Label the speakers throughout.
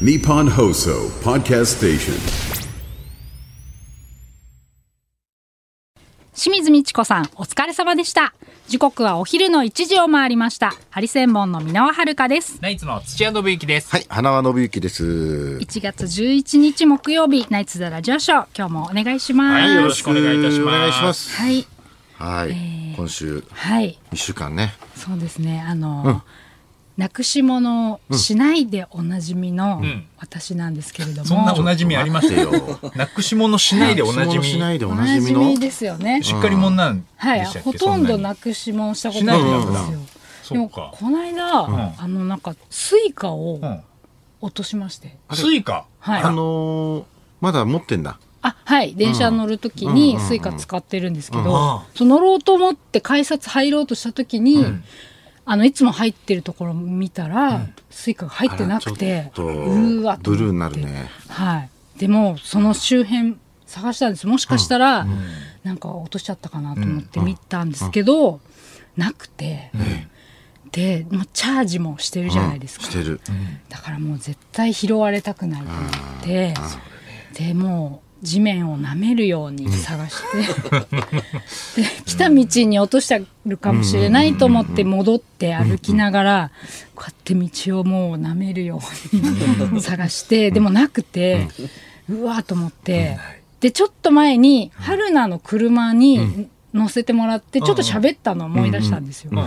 Speaker 1: Nippon Hoso Podcast Station.
Speaker 2: 清水美智子さんお疲れ様でした時刻はお昼の1時を回りましたハリセンボンの箕輪遥です
Speaker 3: ナイツの土屋信之です。
Speaker 4: はい、花輪信之です。
Speaker 2: 1月11日木曜日ナイツザラジオショー今日もお願いします
Speaker 3: はいよろしくお願いいたします
Speaker 4: お願いします。
Speaker 2: はい
Speaker 4: はい、今週
Speaker 2: はい
Speaker 4: 一週間ね。
Speaker 2: そうですねあの、なくし物をしないでおなじみの私なんですけれども、
Speaker 3: そんなおなじみありましたよ
Speaker 4: ちょっと待って。
Speaker 3: なくし物しないでおなじみ。
Speaker 4: しないでお
Speaker 2: お
Speaker 4: な
Speaker 2: な
Speaker 4: じみ
Speaker 2: じ
Speaker 4: の
Speaker 2: み。ですよね
Speaker 3: しっかりもんなんで
Speaker 2: はい、
Speaker 3: したっけ、
Speaker 2: ほとんどな
Speaker 3: く。
Speaker 2: くしもしたことないんです
Speaker 3: しない
Speaker 2: よ
Speaker 3: ん。
Speaker 2: で
Speaker 3: そ
Speaker 2: も
Speaker 3: うか。
Speaker 2: この間、あのなんかスイカを
Speaker 3: うん。
Speaker 2: 落としまして、
Speaker 3: スイカ。
Speaker 2: はい、
Speaker 4: あのー、まだ持ってんだ。
Speaker 2: あはい電車乗るときにスイカ使ってるんですけど、
Speaker 3: うんうん
Speaker 2: そう乗ろうと思って改札入ろうとしたときに、あのいつも入ってるところ見たら、スイカが入ってなくて
Speaker 4: あらちょっと
Speaker 2: うーわと思
Speaker 4: ブ
Speaker 2: って
Speaker 4: ルーになるね。
Speaker 2: はいでもその周辺探したんですもしかしたら、なんか落としちゃったかなと思って見たんですけど、なくて、でもうチャージもしてるじゃないですか、
Speaker 4: うんしてる。
Speaker 2: だからもう絶対拾われたくないと思って、でもう地面を舐めるように探して、で来た道に落としてるかもしれないと思って戻って歩きながら、こうやって道をもう舐めるように探してでもなくて、うわーと思って、でちょっと前に春菜の車に乗せてもらってちょっと喋ったのを思い出したんですよ。
Speaker 3: うん。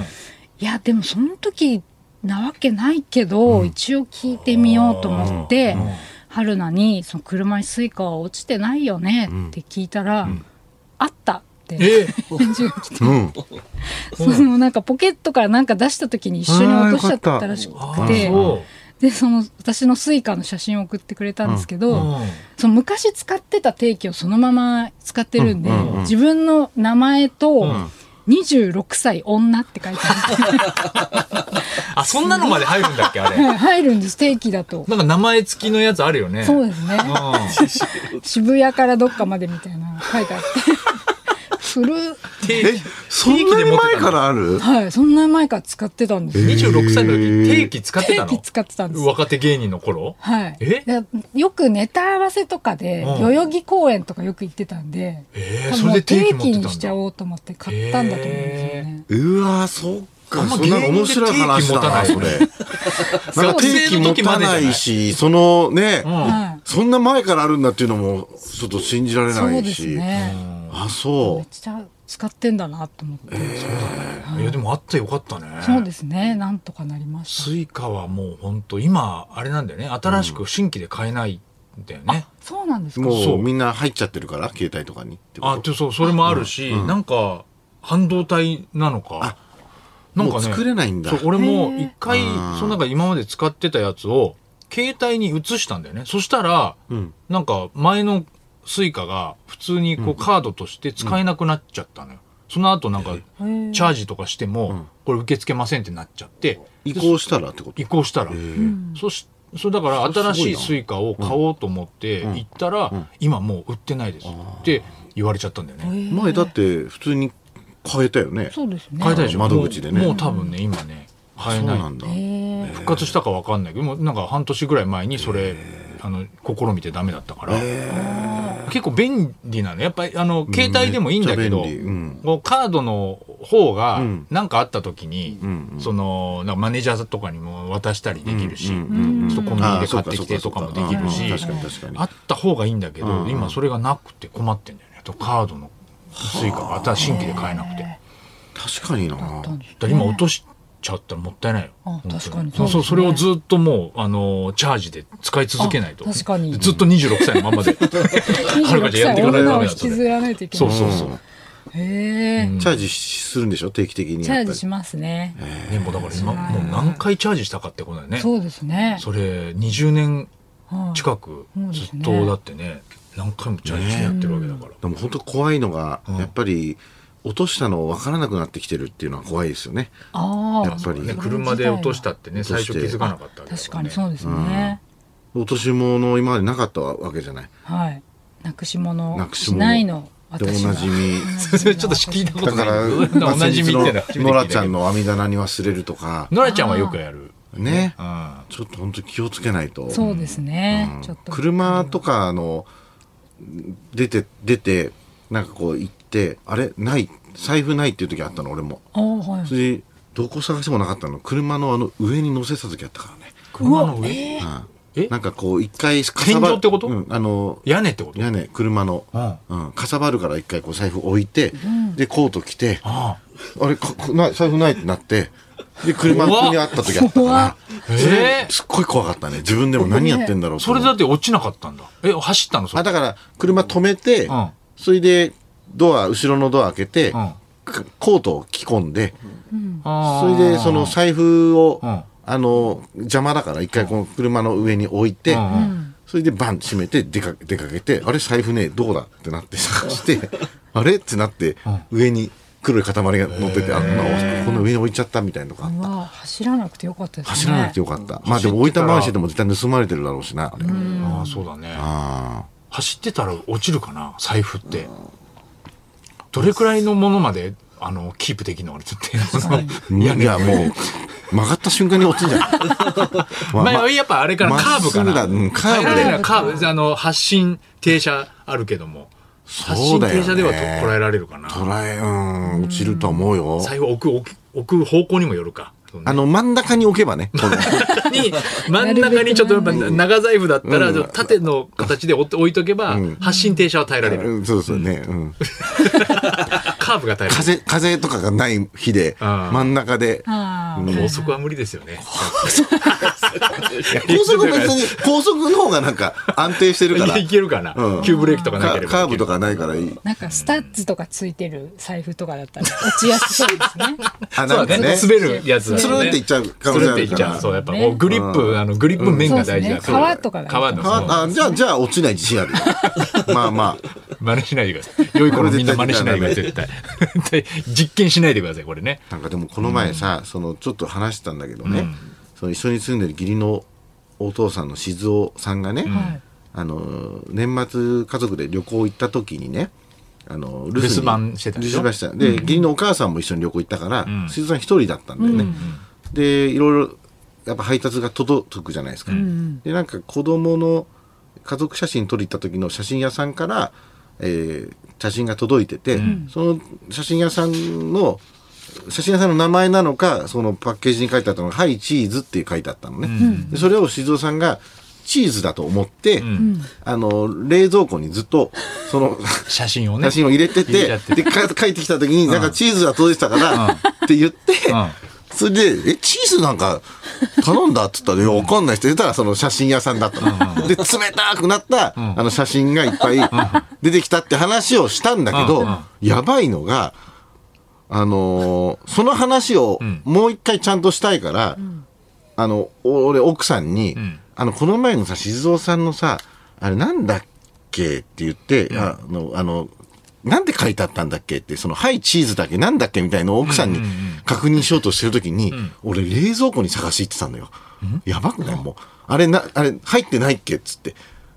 Speaker 2: いやでもその時なわけないけど、一応聞いてみようと思って、春菜にその車にスイカは落ちてないよねって聞いたら、あったって
Speaker 3: え
Speaker 2: 返事が来て、
Speaker 4: うん。
Speaker 2: そのなんかポケットからなんか出した時に一緒に落としちゃったらし
Speaker 3: あ
Speaker 2: く
Speaker 3: ー
Speaker 2: て
Speaker 3: そ
Speaker 2: でその私のスイカの写真を送ってくれたんですけど、
Speaker 3: う。うん
Speaker 2: その昔使ってた定期をそのまま使ってるんで、
Speaker 4: うんうん
Speaker 2: 自分の名前と
Speaker 3: ん
Speaker 2: 26歳女って書いてある。
Speaker 3: あ、そんなのまで入るんだっけあれ。
Speaker 2: はい入るんです定期だと。
Speaker 3: なんか名前付きのやつあるよね。
Speaker 2: そう
Speaker 3: う
Speaker 2: ですね。
Speaker 3: ん。
Speaker 2: 渋谷からどっかまでみたいなの書いてあって。古い
Speaker 3: 定
Speaker 4: え
Speaker 3: 期、
Speaker 4: そんなに前からある？
Speaker 2: はい、そんな前から使ってたんですよ。
Speaker 3: 26歳の時定期使ってた
Speaker 2: 定期
Speaker 3: の
Speaker 2: 使ってたんですよ。
Speaker 3: 若手芸人の頃
Speaker 2: はい。
Speaker 3: え
Speaker 2: だよくネタ合わせとかで、
Speaker 3: うん
Speaker 2: 代々木公園とかよく行ってたんで、
Speaker 3: えー
Speaker 2: 多分
Speaker 3: それで定期持ってたんだ
Speaker 2: にしちゃおうと思って買ったんだと思うんですよね。
Speaker 4: うわー、そっ
Speaker 3: あ
Speaker 4: か。
Speaker 3: んま
Speaker 4: そんなの面白い話だな
Speaker 3: 芸人
Speaker 4: そ
Speaker 3: で
Speaker 4: れ。なんか
Speaker 3: 学
Speaker 4: 定期
Speaker 3: 生の
Speaker 4: 持
Speaker 3: 時ま
Speaker 4: た
Speaker 3: でじゃ
Speaker 4: な
Speaker 3: ない
Speaker 4: いし、そのね、
Speaker 2: はい
Speaker 4: そんな前からあるんだっていうのもちょっと信じられ
Speaker 2: そ
Speaker 4: な
Speaker 2: う
Speaker 4: い
Speaker 2: です
Speaker 4: し。
Speaker 2: ね。
Speaker 4: あ、
Speaker 2: め
Speaker 4: そ
Speaker 2: っちゃ使ってんだなと思って。
Speaker 3: いやでもあったよかったね
Speaker 2: そうですね。なんとかなりました。
Speaker 3: スイカはもうほんと今あれなんだよね新しく新規で買えないんだよね、
Speaker 2: そうなんです
Speaker 4: う。
Speaker 2: か
Speaker 4: も
Speaker 3: そうう
Speaker 4: みんな入っちゃってるから、携帯とかにってこと。
Speaker 3: あでそうそれもあるし、なんか半導体なのかなんか
Speaker 4: もう
Speaker 3: ね
Speaker 4: 作れないんだ
Speaker 3: そう俺
Speaker 2: へ
Speaker 3: も
Speaker 2: ー
Speaker 3: 一回そのなんか今まで使ってたやつを携帯に移したんだよねそしたら、
Speaker 4: ん
Speaker 3: なんか前のスイカが普通にこうカードとして使えなくなっちゃったのよ、その後なんか
Speaker 2: ー
Speaker 3: チャージとかしてもこれ受け付けませんってなっちゃって
Speaker 4: 移行したらってこと
Speaker 3: 移行したら、そしそれだから
Speaker 4: それ
Speaker 3: 新
Speaker 4: すご
Speaker 3: し
Speaker 4: い
Speaker 3: い
Speaker 4: な
Speaker 3: スイカを買おうと思って行ったら、今もう売ってないですって言われちゃったんだよね、
Speaker 4: 前だって普通に変えたよね
Speaker 2: そうですね。
Speaker 3: 買えたでしょ
Speaker 4: 窓口でね
Speaker 3: もうもう多分ね今ね買えない
Speaker 4: そうなんだ
Speaker 2: へー
Speaker 3: 復活したかわかんないけどもうなんか半年ぐらい前にそれ、あの試みてダメだったから、結構便利なのやっぱりあの携帯でもいいんだけど、
Speaker 4: めっちゃ便利うん
Speaker 3: こうカードの方が
Speaker 4: ん
Speaker 3: 何かあった時に、
Speaker 4: ん
Speaker 3: そのなんかマネージャーとかにも渡したりできるし、
Speaker 4: うん
Speaker 3: ちょっとコンビニ
Speaker 4: あ
Speaker 3: で
Speaker 4: ーそ
Speaker 3: 買
Speaker 4: う
Speaker 3: ってきてとかもできるし、
Speaker 4: そうかそうかうん確かに確かに
Speaker 3: あった方がいいんだけど、
Speaker 4: うんうん
Speaker 3: 今それがなくて困ってんだよねとカードのスイカが新しい新規で買えなくて。
Speaker 4: 確かにな
Speaker 2: ったんですね
Speaker 3: だから今落としちゃったらもったいないよ。
Speaker 2: あ
Speaker 3: 本当
Speaker 2: 確かに
Speaker 3: そ
Speaker 2: そ
Speaker 3: うそうう、
Speaker 2: ですね
Speaker 3: それをずっともう、あのー、チャージで使い続けないと。
Speaker 2: あ確かに
Speaker 3: ずっと26歳のま まで。 はるか
Speaker 2: 26
Speaker 3: ちゃ
Speaker 2: 歳
Speaker 3: んやってくれる
Speaker 2: 女
Speaker 3: わ
Speaker 2: を
Speaker 3: け
Speaker 2: 引
Speaker 3: だ
Speaker 2: きずらないといけな
Speaker 3: そ。
Speaker 2: いう
Speaker 3: そうそう。
Speaker 2: へえ、
Speaker 4: チャージするんでしょ定期的に
Speaker 2: チャージし
Speaker 4: ま
Speaker 2: ますね。
Speaker 3: ね、もうだから今、もう何回チャージしたかってことだよね。
Speaker 2: そうですね。
Speaker 3: それ、20年
Speaker 2: はい
Speaker 3: 近く
Speaker 2: うん、
Speaker 3: ずっ
Speaker 2: そうですね
Speaker 3: とだってね、何回もチャージしてやってるわけだから。
Speaker 4: でも本当怖いのがやっぱり落としたの分からなくなってきてるっていうのは怖いですよね
Speaker 2: ああ、
Speaker 4: やっぱり
Speaker 3: ね、車で落としたってね、
Speaker 4: 落と
Speaker 3: 最
Speaker 4: して
Speaker 3: 初気づかなかったわけだ
Speaker 2: 確か
Speaker 3: か
Speaker 2: らに
Speaker 3: ね。
Speaker 2: そうですね。
Speaker 4: 落とし物今までなかったわけじゃない
Speaker 2: はい。なくし物
Speaker 4: なくし
Speaker 2: し
Speaker 4: 物
Speaker 2: ないの。
Speaker 4: でお
Speaker 2: 私は
Speaker 4: なじみ
Speaker 3: それちょっと聞いたこ
Speaker 4: だ
Speaker 3: と
Speaker 4: か
Speaker 3: ない
Speaker 4: ら
Speaker 3: けど。おなじみっていうのは初めて聞いたけど
Speaker 4: ノラちゃんの網棚に忘れるとか
Speaker 3: ノラちゃんはよくやる。いう
Speaker 4: ね
Speaker 3: うんあ
Speaker 4: ちょっと本当気をつけないと。
Speaker 2: そうですね、ちょっと
Speaker 4: 車とかあの出て出てなんかこう行ってあれない財布ないっていう時あったの俺も
Speaker 2: あーはい
Speaker 4: それでどこ探してもなかったの車のあの上に乗せた時あったからね、
Speaker 3: 車の上
Speaker 4: うん
Speaker 3: え
Speaker 4: なんかこう一回か
Speaker 3: 天井ってこと
Speaker 4: うん、あの
Speaker 3: 屋根ってこと
Speaker 4: 屋根車の、
Speaker 3: うん
Speaker 4: うんかさばるから一回こう財布置いて、でコート着てあ
Speaker 3: あ
Speaker 4: れかこな財布ないってなってで車にあった時あったから
Speaker 3: あ
Speaker 4: それ
Speaker 3: ええ
Speaker 4: すっごい怖かったね自分でも何やってんだろうと
Speaker 3: それ
Speaker 4: 思って
Speaker 3: だって落ちなかったんだえ走ったのそ
Speaker 4: あ
Speaker 3: れ
Speaker 4: だから車止めて、
Speaker 3: うん
Speaker 4: それでドア後ろのドア開けて、
Speaker 3: うん
Speaker 4: かコートを着込んで、
Speaker 3: あ
Speaker 4: そ
Speaker 3: ー
Speaker 4: れでその財布を、
Speaker 3: うん
Speaker 4: あの邪魔だから一回この車の上に置いて、
Speaker 3: うんうん
Speaker 4: それでバン閉めて出か出かけてあれ財布ねえどうだってなって探して あれってなって、上に黒い塊が乗ってて、あまあこの上に置いちゃったみたいなのがあっ
Speaker 2: う
Speaker 4: た。
Speaker 2: わ走らなくてよかったですね
Speaker 4: 走らなくてよかった。まあでも置
Speaker 3: 走っ
Speaker 4: い
Speaker 3: てた
Speaker 4: た
Speaker 3: ら
Speaker 4: まわしてても絶対盗まれてるだろうしな、あれ。
Speaker 3: ああそうだね
Speaker 4: あ
Speaker 3: 走ってたら落ちるかな財布ってどれくらいのものまであのキープできるのあれって
Speaker 4: あ。 いや、いやもう、曲がった瞬間に落ちん じゃないまあ
Speaker 3: まあやっぱあれからカーブか
Speaker 4: まっ
Speaker 3: な
Speaker 4: すぐだうんカーブだ
Speaker 3: あ
Speaker 4: よ
Speaker 3: れならカーブあの発進停車あるけども発
Speaker 4: そ
Speaker 3: 進
Speaker 4: うだよね
Speaker 3: 停車ではと捉えられるかな
Speaker 4: 捉え、うん、落ちると思うよ。
Speaker 3: 財布置く置く置く方向にもよるかそうね
Speaker 4: あの、真ん中に置け ばね。この
Speaker 3: に真ん中にちょっとやっぱ長財布だったら
Speaker 4: うん
Speaker 3: ちょっと縦の形で置いて置いとけば
Speaker 4: うん
Speaker 3: 発進停車は耐えられる
Speaker 4: うんそうそうね。うん
Speaker 3: カーブが耐えられる
Speaker 4: 風、風とかがない日で、
Speaker 3: あー
Speaker 4: 真ん中で。
Speaker 2: あ
Speaker 4: うん
Speaker 2: ー
Speaker 3: 高速は無理ですよ ね
Speaker 4: 高速は 別に、高速の方がなんか安定してるから。
Speaker 3: いけるかな
Speaker 4: うん
Speaker 3: 急ブレーキとかなければ
Speaker 4: カーブとかないからいい。
Speaker 2: なんかスタッツとかついてる財布とかだったら落ちやすそうですね
Speaker 4: あ、
Speaker 3: そうだね滑るやつだね
Speaker 4: つるんっていっちゃう可能
Speaker 3: それ
Speaker 4: 性
Speaker 3: っ
Speaker 4: あ
Speaker 3: てい
Speaker 4: る
Speaker 3: っ
Speaker 4: か
Speaker 3: ちゃ
Speaker 4: ら
Speaker 3: う。そうやっぱ
Speaker 2: ね
Speaker 3: もうグリップあのグリップ面が大事
Speaker 2: そう
Speaker 3: だ
Speaker 2: ですね皮とかが
Speaker 3: 皮のそう
Speaker 4: ああ、じゃあ、じゃあ落ちない自信あるよ。 まあまあ。
Speaker 3: 真似しないでください良い子のみんな真似しないでください絶対 絶対実験しないでくださいこれね
Speaker 4: なんかでもこの前さ、そのちょっと話してたんだけどね、その一緒に住んでる義理のお父さんの静雄さんがね、
Speaker 2: はい
Speaker 4: あの年末家族で旅行行った時にねあの留
Speaker 3: 留守番してたで
Speaker 4: で
Speaker 3: し
Speaker 4: し
Speaker 3: ょ
Speaker 4: ょしたで、義理のお母さんも一緒に旅行行ったから、静雄さん一人だったんだよね、でいろいろやっぱ配達が届くじゃないですか、でなんか子供の家族写真撮りに行った時の写真屋さんから、えー写真が届いてて、その写真屋さんの写真屋さんの名前なのかそのパッケージに書いてあったのが「はいチーズ」って書いてあったのね、でそれを静雄さんがチーズだと思って、あの冷蔵庫にずっとその
Speaker 3: 写真をね
Speaker 4: 写真を入れて
Speaker 3: 入れ
Speaker 4: て
Speaker 3: ちゃって
Speaker 4: でか帰ってきた時になんかチーズが届いてたからって言って、それで「えチーズなんか頼んだ?」っつったら「いやわかんない」って言ったらその写真屋さんだったの、で冷たくなった、あの写真がいっぱい出てきたって話をしたんだけど、やばいのが。あのーその話をもう一回ちゃんとしたいから、あの、お俺、奥さんに、あの、この前のさ、静雄さんのさ、あれなんだっけって言って、あの、あの、なんで書いてあったんだっけって、その、はい、チーズだけなんだっけみたいのを奥さんに確認しようとしてるときに、俺、冷蔵庫に探し行ってたのよ。やばくないもう。あれ、な、あれ、入ってないっけっつって。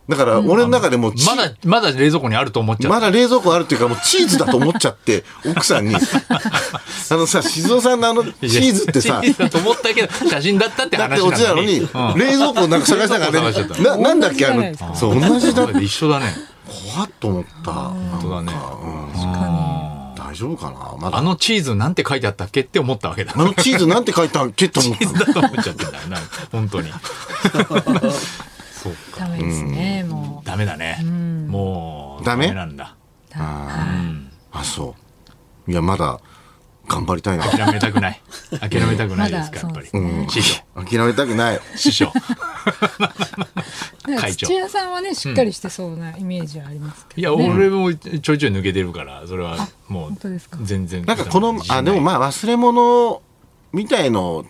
Speaker 4: だから、俺の中でもうチー、
Speaker 3: まだまだ冷蔵庫にあると思っちゃ
Speaker 4: ま
Speaker 3: う
Speaker 4: だ冷蔵庫あるっていうか、もうチーズだと思っちゃって、奥さんに、あのさ、静雄さんのあのチーズってさ
Speaker 3: チ、ーズだと思ったけど写真だったって
Speaker 4: だって
Speaker 3: 話
Speaker 4: 落ち
Speaker 3: な
Speaker 4: た
Speaker 3: の
Speaker 4: の
Speaker 3: に
Speaker 4: に、冷蔵庫なんか探したから
Speaker 3: 冷蔵庫探し
Speaker 4: ね、
Speaker 3: ち
Speaker 4: ななんだっけ、あ
Speaker 2: 同じじゃないです
Speaker 4: の、
Speaker 2: か
Speaker 4: そう、同じだ。
Speaker 3: 一緒だね
Speaker 4: 怖っと思った。
Speaker 3: 本当だね
Speaker 4: 大丈夫かなまだ。
Speaker 3: あ
Speaker 4: あの
Speaker 3: のチーズなんて書いてあったっけって思ったわけだな
Speaker 4: チーズなんて書いたっけと思っ
Speaker 3: チー
Speaker 4: た
Speaker 3: ズ。だと思っちゃってんだよな本当にそう
Speaker 2: ダメですねもう
Speaker 3: ダメだねもう
Speaker 4: ダメ
Speaker 3: なんだ
Speaker 4: あ、そう。いや、まだ、頑張りたいな。
Speaker 3: 諦めたくない諦めたくないですかやっ
Speaker 2: ま
Speaker 3: ぱ
Speaker 2: だ
Speaker 3: り
Speaker 2: そうですね
Speaker 3: 師匠
Speaker 4: 諦めたくない。
Speaker 3: 師匠
Speaker 2: だから
Speaker 3: 会長
Speaker 2: 土屋さんはねしっかりしてそうなイメージはありますけ
Speaker 3: いや
Speaker 2: ど、ね
Speaker 3: 俺もちょいちょい抜けてるからそれはもう
Speaker 2: 本当ですか
Speaker 3: 全然
Speaker 4: なんかこの
Speaker 3: 自、信ない
Speaker 4: あ、でもまあ忘れ物みたいの、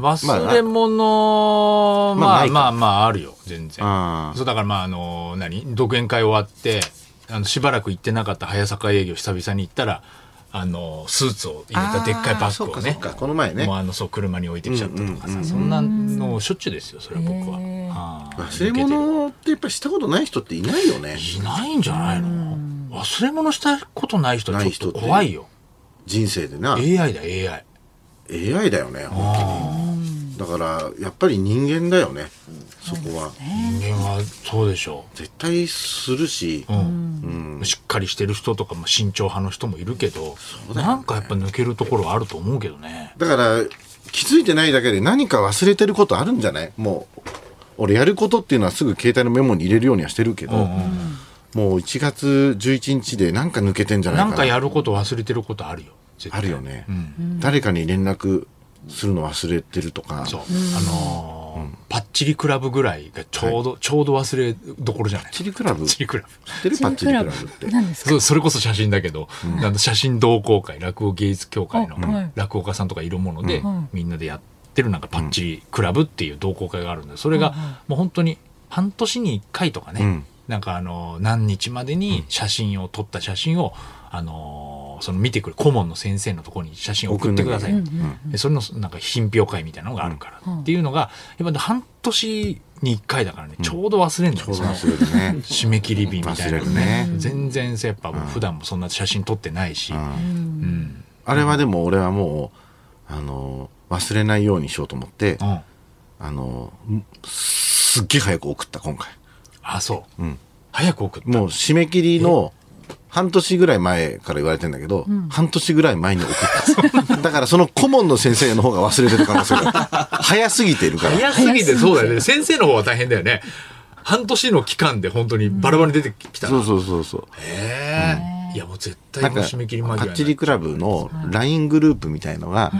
Speaker 3: 忘れ物、
Speaker 4: まあ
Speaker 3: ま
Speaker 4: な
Speaker 3: あ、
Speaker 4: いか
Speaker 3: まあまああるよ全然
Speaker 4: あー
Speaker 3: そうだからまああの何独演会終わってあのしばらく行ってなかった早坂営業久々に行ったらあのスーツを入れたでっかいバッグを
Speaker 4: あーそう
Speaker 3: ね
Speaker 4: かそうかこの前ね
Speaker 3: もうあのそう車に置いてきちゃったとかさ、そんなのしょっちゅうですよそれは僕は、
Speaker 2: へー
Speaker 3: あー
Speaker 4: 忘れ
Speaker 3: 抜けてる
Speaker 4: 物ってやっぱしたことない人っていないよね。
Speaker 3: いないんじゃないの忘れ物したことない人はちょっと怖いよ
Speaker 4: 人生でな。
Speaker 3: AI だ AI
Speaker 4: AI だよね、本だからやっぱり人間だよね、そこは
Speaker 3: 人間はそうでしょ
Speaker 4: 絶対するし、
Speaker 3: う、うんしっかりしてる人とか、まあ、慎重派の人もいるけど、なんかやっぱ抜けるところはあると思うけどね
Speaker 4: だから気づいてないだけで何か忘れてることあるんじゃないもう俺やることっていうのはすぐ携帯のメモに入れるようにはしてるけど、もう1月11日で何か抜けてんじゃないか
Speaker 3: な
Speaker 4: なん
Speaker 3: かやること忘れてることあるよ絶対
Speaker 4: あるよね、誰かに連絡するの忘れてるとか
Speaker 3: そう、あのーパッチリクラブぐらいがちょうど、ちょうど忘れどころじゃない
Speaker 4: チリクラブ
Speaker 3: パッチ
Speaker 4: 知
Speaker 3: リクラブ
Speaker 4: ってるパッチリクラブって
Speaker 2: 何ですか
Speaker 3: そうそれこそ写真だけど、あの写真同好会落語芸術協会の
Speaker 2: あはい
Speaker 3: 落語家さんとかいるもので、
Speaker 2: ん
Speaker 3: みんなでやってるなんかパッチリクラブっていう同好会があるんでそれがもう本当に半年に1回とかね、
Speaker 4: ん
Speaker 3: なんかあの何日までに写真を撮った写真を、あのーその見てくる顧問の先生のところに写真を送ってください、
Speaker 4: 送
Speaker 3: でそれのなんか品評会みたいなのがあるから、っていうのがやっぱ半年に1回だからねちょうど忘れんのよ、
Speaker 4: そう
Speaker 3: その
Speaker 4: 忘れるね
Speaker 3: 締め切り日みたいな
Speaker 4: 忘れるね
Speaker 3: 全然やっぱもう普段もそんな写真撮ってないし、うん
Speaker 4: あれはでも俺はもうあの忘れないようにしようと思って、
Speaker 3: うん、
Speaker 4: あのすっげえ早く送った今回
Speaker 3: あそう、早く送った
Speaker 4: もう締め切りの半年ぐらい前から言われてんだけど、半年ぐらい前に送った。だからその顧問の先生の方が忘れてる可能性がある早すぎてるから。
Speaker 3: 早すぎてそうだよね先生の方は大変だよね半年の期間で本当にバラバラに出てきた、
Speaker 4: そうそうそうそう。
Speaker 3: へえいやもう絶対
Speaker 4: なん
Speaker 3: もう
Speaker 4: か、パ
Speaker 3: 締め切り間際
Speaker 4: ッチリクラブの LINE グループみたいのが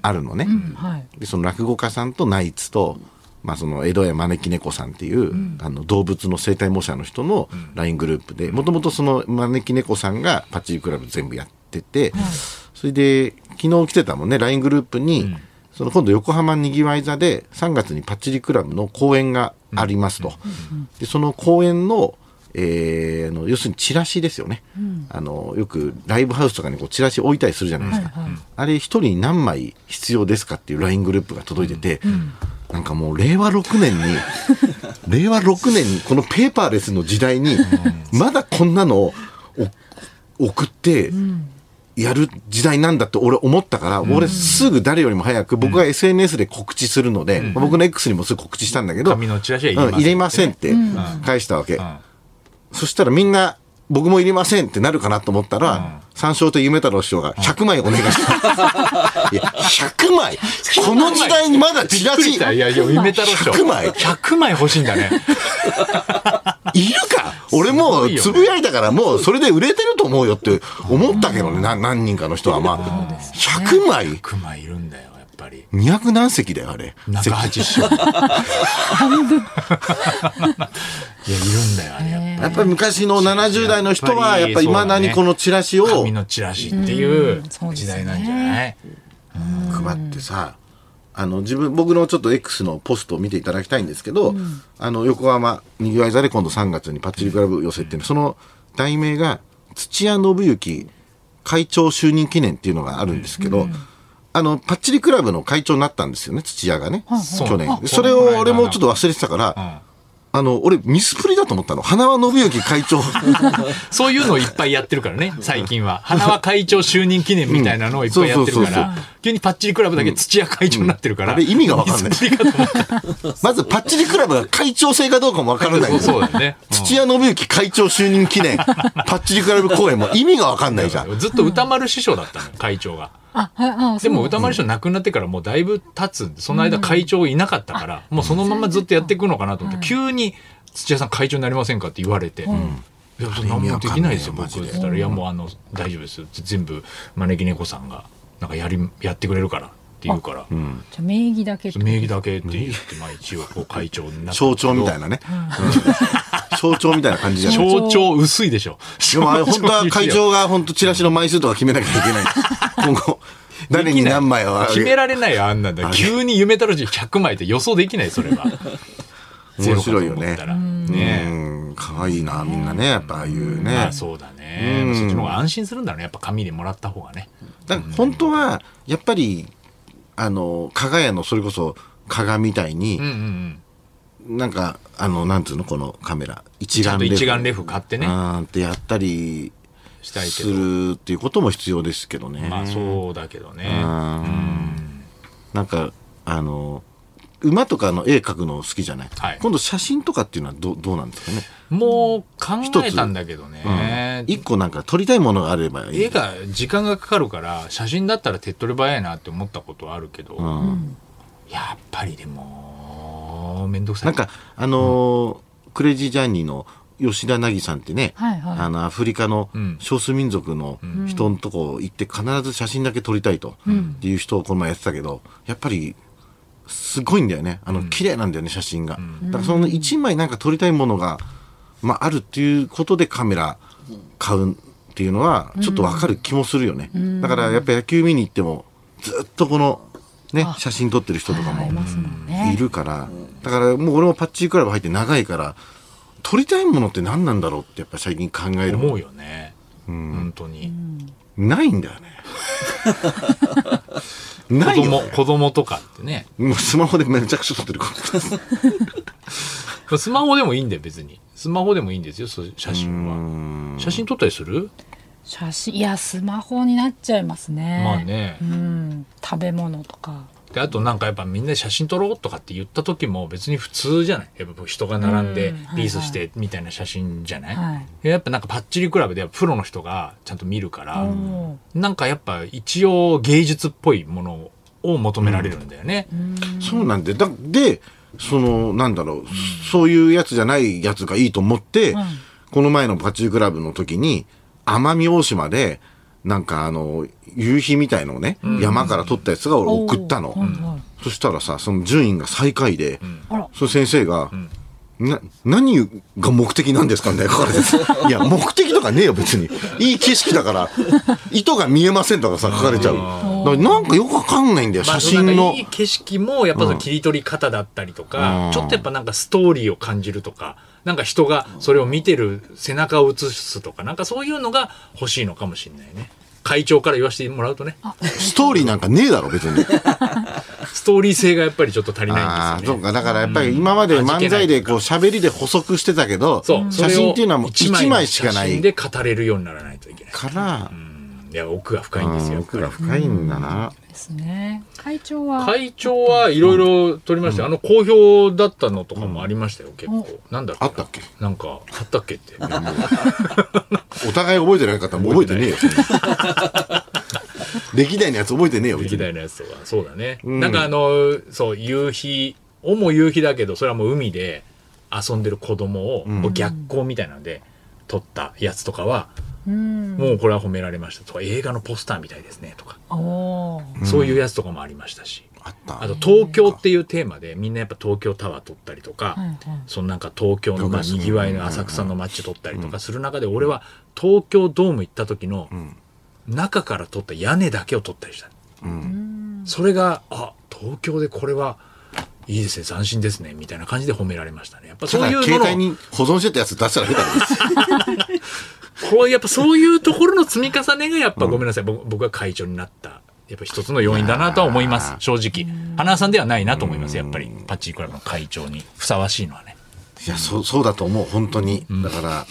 Speaker 4: あるのね。
Speaker 2: はい
Speaker 4: でその落語家さんとナイツと、まあ、その江戸屋招き猫さんっていう、あの動物の生態模写の人の LINE グループでもともとその招き猫さんがパチリクラブ全部やってて、それで昨日来てたもんね LINE グループに、その今度横浜にぎわい座で3月にパチリクラブの公演がありますと、でその公演のえーあの要するにチラシですよね、あのよくライブハウスとかにこうチラシ置いたりするじゃないですか、あれ一人に何枚必要ですかっていう LINE グループが届いてて、なんかもう令和6年に 令和6年にこのペーパーレスの時代にまだこんなのをお送ってやる時代なんだって俺思ったから、俺すぐ誰よりも早く僕が SNS で告知するので、まあ僕の X にもすぐ告知したんだけど
Speaker 3: 紙のチラシは
Speaker 4: うん入
Speaker 3: 入
Speaker 4: れ
Speaker 3: れ
Speaker 4: ま
Speaker 3: ま
Speaker 4: せ
Speaker 3: せ
Speaker 4: ん
Speaker 3: ん
Speaker 4: って返したわけ、
Speaker 3: ん
Speaker 4: そしたらみんな僕もいりませんってなるかなと思ったら、三章と夢太郎師匠が100枚お願いした。 いや、100枚この時代にまだチラ
Speaker 3: びっくり
Speaker 4: シ、
Speaker 3: し
Speaker 4: いる
Speaker 3: たいやいや夢太郎賞
Speaker 4: 100枚
Speaker 3: 100枚欲しいんだね
Speaker 4: か俺も
Speaker 3: すごいよ
Speaker 4: う
Speaker 3: ね
Speaker 4: つぶやいたからもうそれで売れてると思うよって思ったけどね、な何人かの人はまあ。100枚
Speaker 3: 100枚いるんだよやっぱり
Speaker 4: 200何席だよ、 あれ。
Speaker 3: 中八師匠いやい るんだよあれやっぱ
Speaker 4: やっぱり昔の70代の人は、やっぱり未だにこのチラシを
Speaker 3: 紙のチラシっていう
Speaker 2: うんそうで
Speaker 3: 時
Speaker 2: すね
Speaker 3: 代なんじゃない、
Speaker 4: 配ってさ、あの自分僕のちょっと X のポストを見ていただきたいんですけど、あの横浜にぎわい座で今度3月にパッチリクラブ寄せっていうのその題名が土屋信之会長就任記念っていうのがあるんですけど、あのパッチリクラブの会長になったんですよね土屋がね、
Speaker 3: そう
Speaker 4: 去年
Speaker 3: あ
Speaker 4: それ
Speaker 3: この間
Speaker 4: を
Speaker 3: な
Speaker 4: 俺もちょっと忘れてたから、あの俺ミスプリだと思ったの花輪信之 会長
Speaker 3: そういうのをいっぱいやってるからね最近は花輪会長就任記念みたいなのをいっぱいやってるか
Speaker 4: う
Speaker 3: ら急にパッチリクラブだけ土屋会長になってるから、
Speaker 4: あれ意味が分かんない
Speaker 3: ミスプリかと思った
Speaker 4: まずパッチリクラブが会長制かどうかもわからない
Speaker 3: そうそうだよね、うん
Speaker 4: 土屋信之会長就任 記念、パッチリクラブ公演も意味がわかんないじゃん。
Speaker 3: ずっと歌丸師匠だったのよ会長が。
Speaker 2: あああ
Speaker 3: で
Speaker 2: そう
Speaker 3: も歌丸師匠亡くなってからもうだいぶ経つその間会長いなかったから、もうそのままずっとやっていくのかなと思って、急に「土屋さん会長になりませんか?」って言われて。いや何もできないですよ
Speaker 4: 意味わ
Speaker 3: 僕
Speaker 4: かんないよマジで
Speaker 3: って言ったら「いやもうあの大丈夫ですよ全部招き猫さんがなんかやりやってくれるから」って言うから
Speaker 2: じゃあ名義だけ
Speaker 3: 「名義だけ」って言ってまあ一応こう会長になった
Speaker 4: 象徴みたいなね。うん象徴みたいな感じじゃない
Speaker 3: 象徴薄いでしょ
Speaker 4: でもあれ本当は会長が本当チラシの枚数とか決めなきゃいけ ない。今後、誰に何枚をあ
Speaker 3: 決め
Speaker 4: げ
Speaker 3: られないよあんなんだ急に夢太郎氏100枚って予想できないそれは
Speaker 4: 面白いよ
Speaker 3: ゼロかと思っ
Speaker 4: ね
Speaker 3: たらねえ
Speaker 4: うん、可愛いな、みんなね、やっぱああいう
Speaker 3: ま
Speaker 4: ね
Speaker 3: あ。そうだねそっちの方が安心するんだろうねやっぱ紙でもらった方がね
Speaker 4: だから本当は、やっぱり、あの、加賀屋のそれこそ、加賀みたいに
Speaker 3: うん、うんうん
Speaker 4: なんか、あの、なんつうの、このカメラ。一
Speaker 3: ちゃん
Speaker 4: 眼
Speaker 3: と
Speaker 4: レフ。
Speaker 3: 一眼レフ買ってね
Speaker 4: あーってやったり
Speaker 3: したいけ
Speaker 4: す
Speaker 3: ど
Speaker 4: るっていうことも必要ですけどね。
Speaker 3: まあそうだけどね
Speaker 4: うんなんかあの馬とかの絵描くの好きじゃない、
Speaker 3: はい
Speaker 4: 今度写真とかっていうのはどどうなんですかね
Speaker 3: もう考えたんだけどね、
Speaker 4: 一個なんか撮りたいものがあればいい
Speaker 3: 絵が時間がかかるから写真だったら手っ取り早いなって思ったことはあるけど、
Speaker 4: うん
Speaker 3: やっぱりでも面倒くさい
Speaker 4: なんかあのークレイジージャーニーの吉田凪さんってね、
Speaker 2: はいはい
Speaker 4: あのアフリカの
Speaker 3: うん
Speaker 4: 少数民族の人のとこ行って必ず写真だけ撮りたいと、っていう人をこの前やってたけどやっぱりすごいんだよねあの綺麗なんだよね写真が、だからその1枚なんか撮りたいものが、まあ、あるっていうことでカメラ買うっていうのはちょっとわかる気もするよね、だからやっぱ野球見に行ってもずっとこの、ね、写真撮ってる人とか
Speaker 2: あ
Speaker 4: も
Speaker 2: りますもん
Speaker 4: い
Speaker 2: ね。
Speaker 4: るから、だからもう俺もパッチークラブ入って長いから撮りたいものって何なんだろうってやっぱ最近考えるもん
Speaker 3: 思うよね、本当に、
Speaker 4: ないんだ よね
Speaker 3: 子
Speaker 4: ない
Speaker 3: 供
Speaker 4: よ、ね、
Speaker 3: 子供とかってね
Speaker 4: もうスマホでめちゃくちゃ撮ってるから
Speaker 3: まあスマホでもいいんだよ別にスマホでもいいんですよそう写真は写真撮ったりする
Speaker 2: 写真いやスマホになっちゃいますね。
Speaker 3: まあ。ね
Speaker 2: うん食べ物とか。
Speaker 3: であとなんかやっぱみんなで写真撮ろうとかって言った時も別に普通じゃないやっぱ人が並んで
Speaker 2: うんはい
Speaker 3: ピースしてみたいな写真じゃない、
Speaker 2: はい
Speaker 3: やっぱなんかパッチリクラブではプロの人がちゃんと見るから、
Speaker 2: お
Speaker 3: なんかやっぱ一応芸術っぽいものを求められるんだよね、
Speaker 4: そうなんでだでそのなんだろうそういうやつじゃないやつがいいと思って、
Speaker 2: ん
Speaker 4: この前のパチュークラブの時に奄美大島でなんかあの夕日みたいのをね、山から撮ったやつが俺
Speaker 2: お
Speaker 4: 送ったの、
Speaker 2: はいはい
Speaker 4: そしたらさその順位が最下位で、
Speaker 2: あら
Speaker 4: その先生が、な何が目的なんですかみたいな書かれ てていや目的とかねえよ別にいい景色だから糸が見えませんとかさ書かれちゃうだからなんかよくわかんないんだよ
Speaker 3: まあ
Speaker 4: 写真
Speaker 3: なん
Speaker 4: の
Speaker 3: かいい景色もやっぱその切り取り方だったりとか、
Speaker 4: うん
Speaker 3: ちょっとやっぱなんかストーリーを感じるとかなんか人がそれを見てる背中を映すとかなんかそういうのが欲しいのかもしれないね会長から言わせてもらうとね
Speaker 4: ストーリーなんかねえだろ別に
Speaker 3: ストーリー性がやっぱりちょっと足りな
Speaker 4: あ
Speaker 3: いん
Speaker 4: あ
Speaker 3: です
Speaker 4: そ
Speaker 3: よ
Speaker 4: う
Speaker 3: ね
Speaker 4: かだからやっぱり今まで漫才でこう喋りで補足してたけど
Speaker 3: そうそ
Speaker 4: 写
Speaker 3: れを
Speaker 4: 真っていうのはもう1枚しかな
Speaker 3: 写真
Speaker 4: い
Speaker 3: で語れるようにならないといけない
Speaker 4: から
Speaker 3: うんいや奥が深いんですよ
Speaker 4: うん
Speaker 3: やっぱ
Speaker 4: 奥
Speaker 3: り
Speaker 4: が深いんだな
Speaker 2: ですね。会長は。
Speaker 3: 会長はいろいろ取りましたよ、あの好評だったのとかもありましたよ、結構なんだっけな
Speaker 4: あったっけ
Speaker 3: なんかあったっけって
Speaker 4: お互い覚えてない方も覚えてねえよ 歴代のやつ覚えてねえよ
Speaker 3: 歴代のやつとかそうだね、なんかあのそう夕日をも夕日だけどそれはもう海で遊んでる子供を、こう逆光みたいなので撮ったやつとかは、
Speaker 2: うん。
Speaker 3: もうこれは褒められましたとか映画のポスターみたいですねとか、
Speaker 2: おおー。
Speaker 3: そういうやつとかもありましたし
Speaker 4: あった
Speaker 3: あと東京っていうテーマでみんなやっぱ東京タワー撮ったりとか、
Speaker 2: は いはい
Speaker 3: そのなんか東京のまあ
Speaker 4: 東京
Speaker 3: に
Speaker 4: ですね
Speaker 3: ぎわいの浅草の街撮ったりとかする中で俺は東京ドーム行った時の中から撮った屋根だけを撮ったりした、それがあ東京でこれはいいですね斬新ですねみたいな感じで褒められましたねやっぱ
Speaker 4: た
Speaker 3: そう
Speaker 4: だ
Speaker 3: いう
Speaker 4: 携帯
Speaker 3: もの
Speaker 4: に保存してたやつ出したら下手です
Speaker 3: こうやっぱそういうところの積み重ねがやっぱごめんなさい、僕僕が会長になったやっぱ一つの要因だなとは思います正直花さんではないなと思いますやっぱりパッチークラブの会長にふさわしいのはね
Speaker 4: いやそうそうだと思う本当にだから
Speaker 2: あ